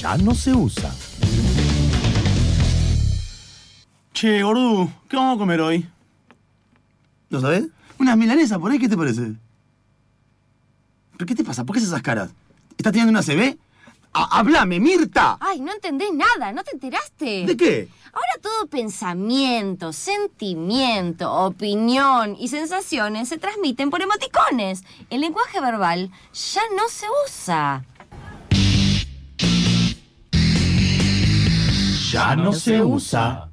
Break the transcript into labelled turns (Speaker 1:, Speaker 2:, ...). Speaker 1: ya no se usa.
Speaker 2: Che, gordu, ¿qué vamos a comer hoy?
Speaker 3: ¿No sabés?
Speaker 2: Unas milanesas por ahí, ¿qué te parece?
Speaker 3: ¿Pero qué te pasa? ¿Por qué haces esas caras? ¿Estás teniendo una CB? ¡Ha- ¡Hablame, Mirta!
Speaker 4: Ay, no entendés nada, no te enteraste.
Speaker 3: ¿De qué?
Speaker 4: Ahora todo pensamiento, sentimiento, opinión y sensaciones se transmiten por emoticones. El lenguaje verbal ya no se usa.
Speaker 1: Ya no se usa.